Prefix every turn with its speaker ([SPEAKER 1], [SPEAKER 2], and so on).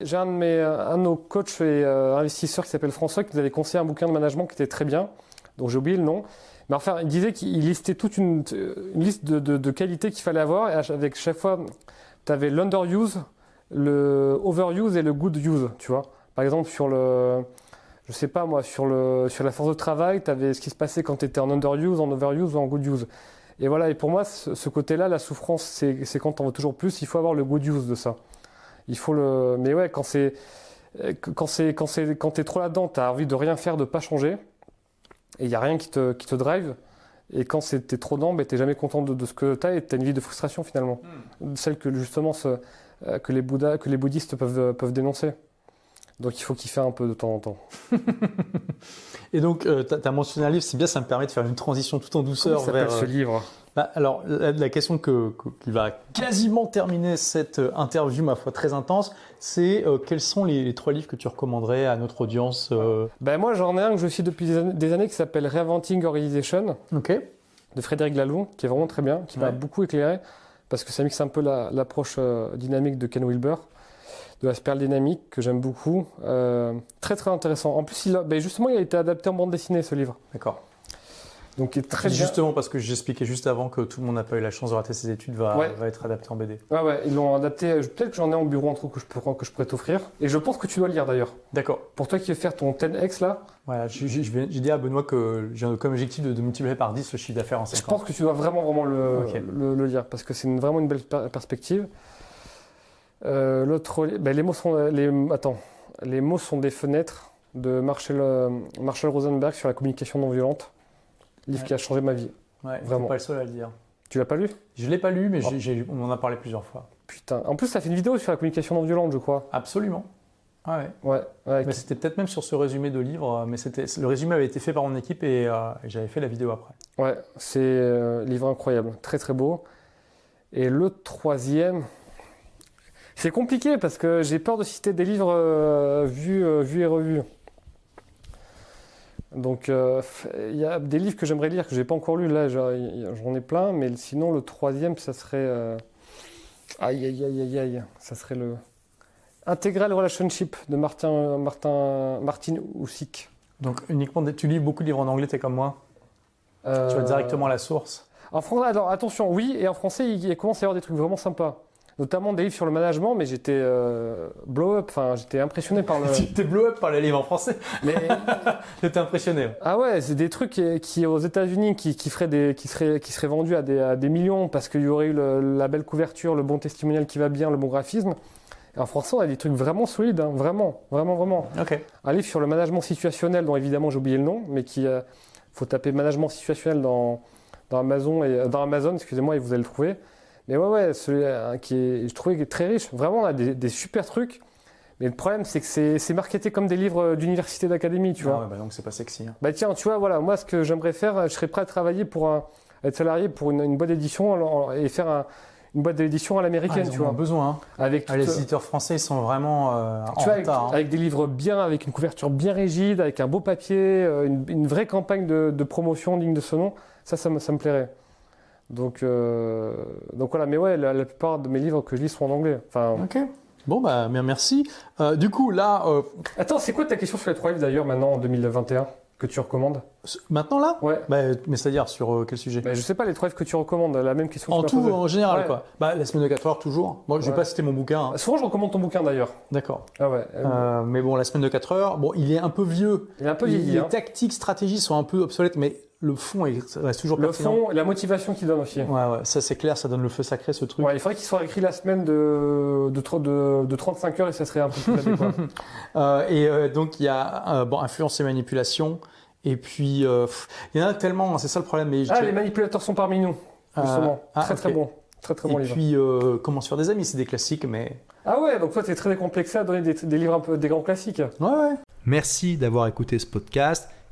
[SPEAKER 1] J'ai un de, mes, un de nos coachs et euh, investisseurs qui s'appelle François qui nous avait conseillé un bouquin de management qui était très bien, dont j'ai oublié le nom. Mais enfin, il disait qu'il listait toute une, une liste de, de- de qualités qu'il fallait avoir et avec chaque fois, tu avais l'underuse, le overuse et le good use, tu vois. Par exemple, sur le, je sais pas moi, sur le, sur la force de travail, tu avais ce qui se passait quand tu étais en underuse, en overuse ou en good use. Et voilà, et pour moi, ce, ce côté-là, la souffrance, c'est c'est quand on veut toujours plus, il faut avoir le good use de ça. Il faut le, mais ouais, quand c'est, euh, quand c'est, quand c'est, quand t'es trop là-dedans, t'as envie de rien faire, de pas changer, et il y a rien qui te, qui te drive. Et quand c'est- t'es trop dedans, ben t'es jamais content de, de ce que t'as et t'as une vie de frustration finalement, celle que justement ce- euh, que les bouddhas, que les bouddhistes peuvent peuvent dénoncer. Donc il faut kiffer un peu de temps en temps.
[SPEAKER 2] Et donc, tu as mentionné un livre, c'est bien, ça me permet de faire une transition tout en
[SPEAKER 1] Comment
[SPEAKER 2] douceur
[SPEAKER 1] il s'appelle
[SPEAKER 2] vers.
[SPEAKER 1] ce
[SPEAKER 2] euh,
[SPEAKER 1] livre
[SPEAKER 2] bah, alors, la, la question que, que- qui va quasiment terminer cette euh, interview, ma foi très intense, c'est euh, quels sont les, les trois livres que tu recommanderais à notre audience euh,
[SPEAKER 1] Ben moi j'en ai un que je suis depuis des années, des années qui s'appelle Reinventing Organization.
[SPEAKER 2] Ok.
[SPEAKER 1] de Frédéric Laloux, qui est vraiment très bien, qui m'a
[SPEAKER 2] Ouais.
[SPEAKER 1] beaucoup éclairé, parce que ça mixe un peu la- l'approche euh, dynamique de Ken Wilber, de la spirale dynamique, que j'aime beaucoup. Euh, très très intéressant. En plus, il a- ben justement, il a été adapté en bande dessinée, ce livre.
[SPEAKER 2] D'accord.
[SPEAKER 1] Donc, il est très bien.
[SPEAKER 2] Justement, parce que j'expliquais juste avant que tout le monde n'a pas eu la chance de rater ses études, va,
[SPEAKER 1] Ouais.
[SPEAKER 2] va être adapté en BD.
[SPEAKER 1] Ah Ouais, ouais, ils l'ont adapté. euh, je- Peut-être que j'en ai en bureau en trop que je, pourrais- que je pourrais t'offrir. Et je pense que tu dois le lire d'ailleurs.
[SPEAKER 2] D'accord.
[SPEAKER 1] Pour toi qui veux faire ton 10X là,
[SPEAKER 2] Voilà, j'ai j'ai- j'ai- j'ai dit à Benoît que j'ai un- comme objectif de, de multiplier par 10 le chiffre d'affaires en
[SPEAKER 1] je
[SPEAKER 2] 5 ans.
[SPEAKER 1] pense que tu dois vraiment vraiment le,
[SPEAKER 2] Ok.
[SPEAKER 1] le, le lire, parce que c'est une- vraiment une belle per- perspective. Euh, L'autre, ben, les mots sont les attends, les mots sont des fenêtres de Marshall, euh, Marshall Rosenberg sur la communication non violente, livre
[SPEAKER 2] Ouais.
[SPEAKER 1] qui a changé ma vie.
[SPEAKER 2] Ouais, t'es
[SPEAKER 1] Vraiment.
[SPEAKER 2] pas le seul à le dire.
[SPEAKER 1] Tu l'as pas lu
[SPEAKER 2] Je l'ai pas lu, mais
[SPEAKER 1] Oh.
[SPEAKER 2] j'ai- j'ai- on en a parlé plusieurs fois.
[SPEAKER 1] Putain. En plus, ça fait une vidéo sur la communication non violente, je crois.
[SPEAKER 2] Absolument. Ah ouais.
[SPEAKER 1] Ouais. ouais.
[SPEAKER 2] Mais c'était peut-être même sur ce résumé de livre, euh, mais c'était le résumé avait été fait par mon équipe et, euh, et j'avais fait la vidéo après.
[SPEAKER 1] Ouais, c'est euh, livre incroyable, très très beau. Et le troisième, c'est compliqué parce que j'ai peur de citer des livres euh, vus, euh, vus et revus. Donc euh, f- il y a des livres que j'aimerais lire que j'ai pas encore lu là, j'en j'en ai plein, mais sinon le troisième, ça serait euh, aïe aïe aïe aïe aïe, ça serait le Intégral Relationship de Martin Martin Martin Houssik.
[SPEAKER 2] Donc uniquement, des- tu lis beaucoup de livres en anglais, t'es comme moi. Tu
[SPEAKER 1] Euh,
[SPEAKER 2] vas directement à la source.
[SPEAKER 1] En français, alors attention, oui, et en français, il, il commence à y avoir des trucs vraiment sympas. Notamment des livres sur le management, mais j'étais euh, blow up, enfin j'étais impressionné par le.
[SPEAKER 2] Tu t'es blow up par les livres en français.
[SPEAKER 1] mais,
[SPEAKER 2] J'étais impressionné.
[SPEAKER 1] ah ouais, c'est des trucs qui, qui, aux États-Unis qui, qui feraient des, qui seraient, qui seraient vendus à des, à des millions parce qu'il y aurait eu le- la belle couverture, le bon testimonial qui va bien, le bon graphisme. Et en français, on a des trucs vraiment solides, hein, vraiment, vraiment, vraiment.
[SPEAKER 2] Ok.
[SPEAKER 1] un livre sur le management situationnel, dont évidemment j'ai oublié le nom, mais qui euh, faut taper management situationnel dans, dans Amazon et euh, dans Amazon, excusez-moi, et vous allez le trouver. Mais ouais, ouais, celui euh, qui est, je trouvais qu'il est très riche. Vraiment, on a des, des super trucs. Mais le problème, c'est que c'est c'est marketé comme des livres euh, d'université d'académie, tu
[SPEAKER 2] Ah
[SPEAKER 1] vois.
[SPEAKER 2] ouais, bah donc c'est pas sexy. hein.
[SPEAKER 1] Bah tiens, tu vois, voilà, moi, ce que j'aimerais faire, euh, je serais prêt à travailler pour un, être salarié pour une, une boîte d'édition en- en- et faire un- une boîte d'édition à
[SPEAKER 2] Ah,
[SPEAKER 1] l'américaine,
[SPEAKER 2] ils
[SPEAKER 1] tu
[SPEAKER 2] en ont
[SPEAKER 1] vois.
[SPEAKER 2] besoin. hein.
[SPEAKER 1] Avec
[SPEAKER 2] Ah,
[SPEAKER 1] toute-
[SPEAKER 2] les éditeurs français, ils sont vraiment euh, en
[SPEAKER 1] Tu vois, avec,
[SPEAKER 2] retard. hein.
[SPEAKER 1] avec des livres bien, avec une couverture bien rigide, avec un beau papier, euh, une, une vraie campagne de, de promotion digne de ce nom, ça, ça me, ça me plairait. Donc, euh, donc voilà, mais ouais, la, la plupart de mes livres que je lis sont en anglais. Enfin,
[SPEAKER 2] Ok. Bon, bah, bien, merci. Euh, du coup, là, euh,
[SPEAKER 1] Attends, c'est quoi ta question sur les trois livres d'ailleurs maintenant en 2021 que tu recommandes
[SPEAKER 2] ce- maintenant, là
[SPEAKER 1] Ouais.
[SPEAKER 2] Bah, Mais c'est-à-dire, sur euh, quel sujet
[SPEAKER 1] Bah, je sais pas les trois livres que tu recommandes, la même question que
[SPEAKER 2] En
[SPEAKER 1] tu m'as
[SPEAKER 2] tout,
[SPEAKER 1] posée.
[SPEAKER 2] en général,
[SPEAKER 1] Ouais.
[SPEAKER 2] quoi. Bah, la semaine de 4 heures, toujours. Moi, je vais
[SPEAKER 1] Ouais.
[SPEAKER 2] pas citer mon bouquin. hein.
[SPEAKER 1] Souvent, je recommande ton bouquin d'ailleurs.
[SPEAKER 2] D'accord.
[SPEAKER 1] Ah ouais. euh,
[SPEAKER 2] Euh, mais bon, la semaine de 4 heures, bon, il est un peu vieux.
[SPEAKER 1] il est un peu
[SPEAKER 2] Les-
[SPEAKER 1] vieilli.
[SPEAKER 2] les
[SPEAKER 1] hein.
[SPEAKER 2] tactiques, stratégies sont un peu obsolètes, mais le fond est, ça reste toujours
[SPEAKER 1] Le
[SPEAKER 2] pertinent.
[SPEAKER 1] fond et la motivation qu'il donne aussi.
[SPEAKER 2] Ouais, ouais, ça c'est clair, ça donne le feu sacré ce truc.
[SPEAKER 1] Ouais, il faudrait qu'il soit écrit la semaine de, de, tro- de, de 35 heures et ça serait un peu plus adéquat.
[SPEAKER 2] Euh, et euh, donc il y a euh, bon, influence et manipulation. Et puis euh, pff, il y en a tellement, hein, c'est ça le problème. Mais je-
[SPEAKER 1] Ah, les manipulateurs sont parmi nous,
[SPEAKER 2] Euh,
[SPEAKER 1] justement.
[SPEAKER 2] ah,
[SPEAKER 1] très très
[SPEAKER 2] ok.
[SPEAKER 1] bon. Très très bon
[SPEAKER 2] Et
[SPEAKER 1] livre.
[SPEAKER 2] puis euh, comment se faire des amis, c'est des classiques, mais
[SPEAKER 1] Ah ouais, donc toi t'es très décomplexé à donner des, des livres un peu des grands classiques.
[SPEAKER 2] ouais, ouais.
[SPEAKER 3] Merci d'avoir écouté ce podcast.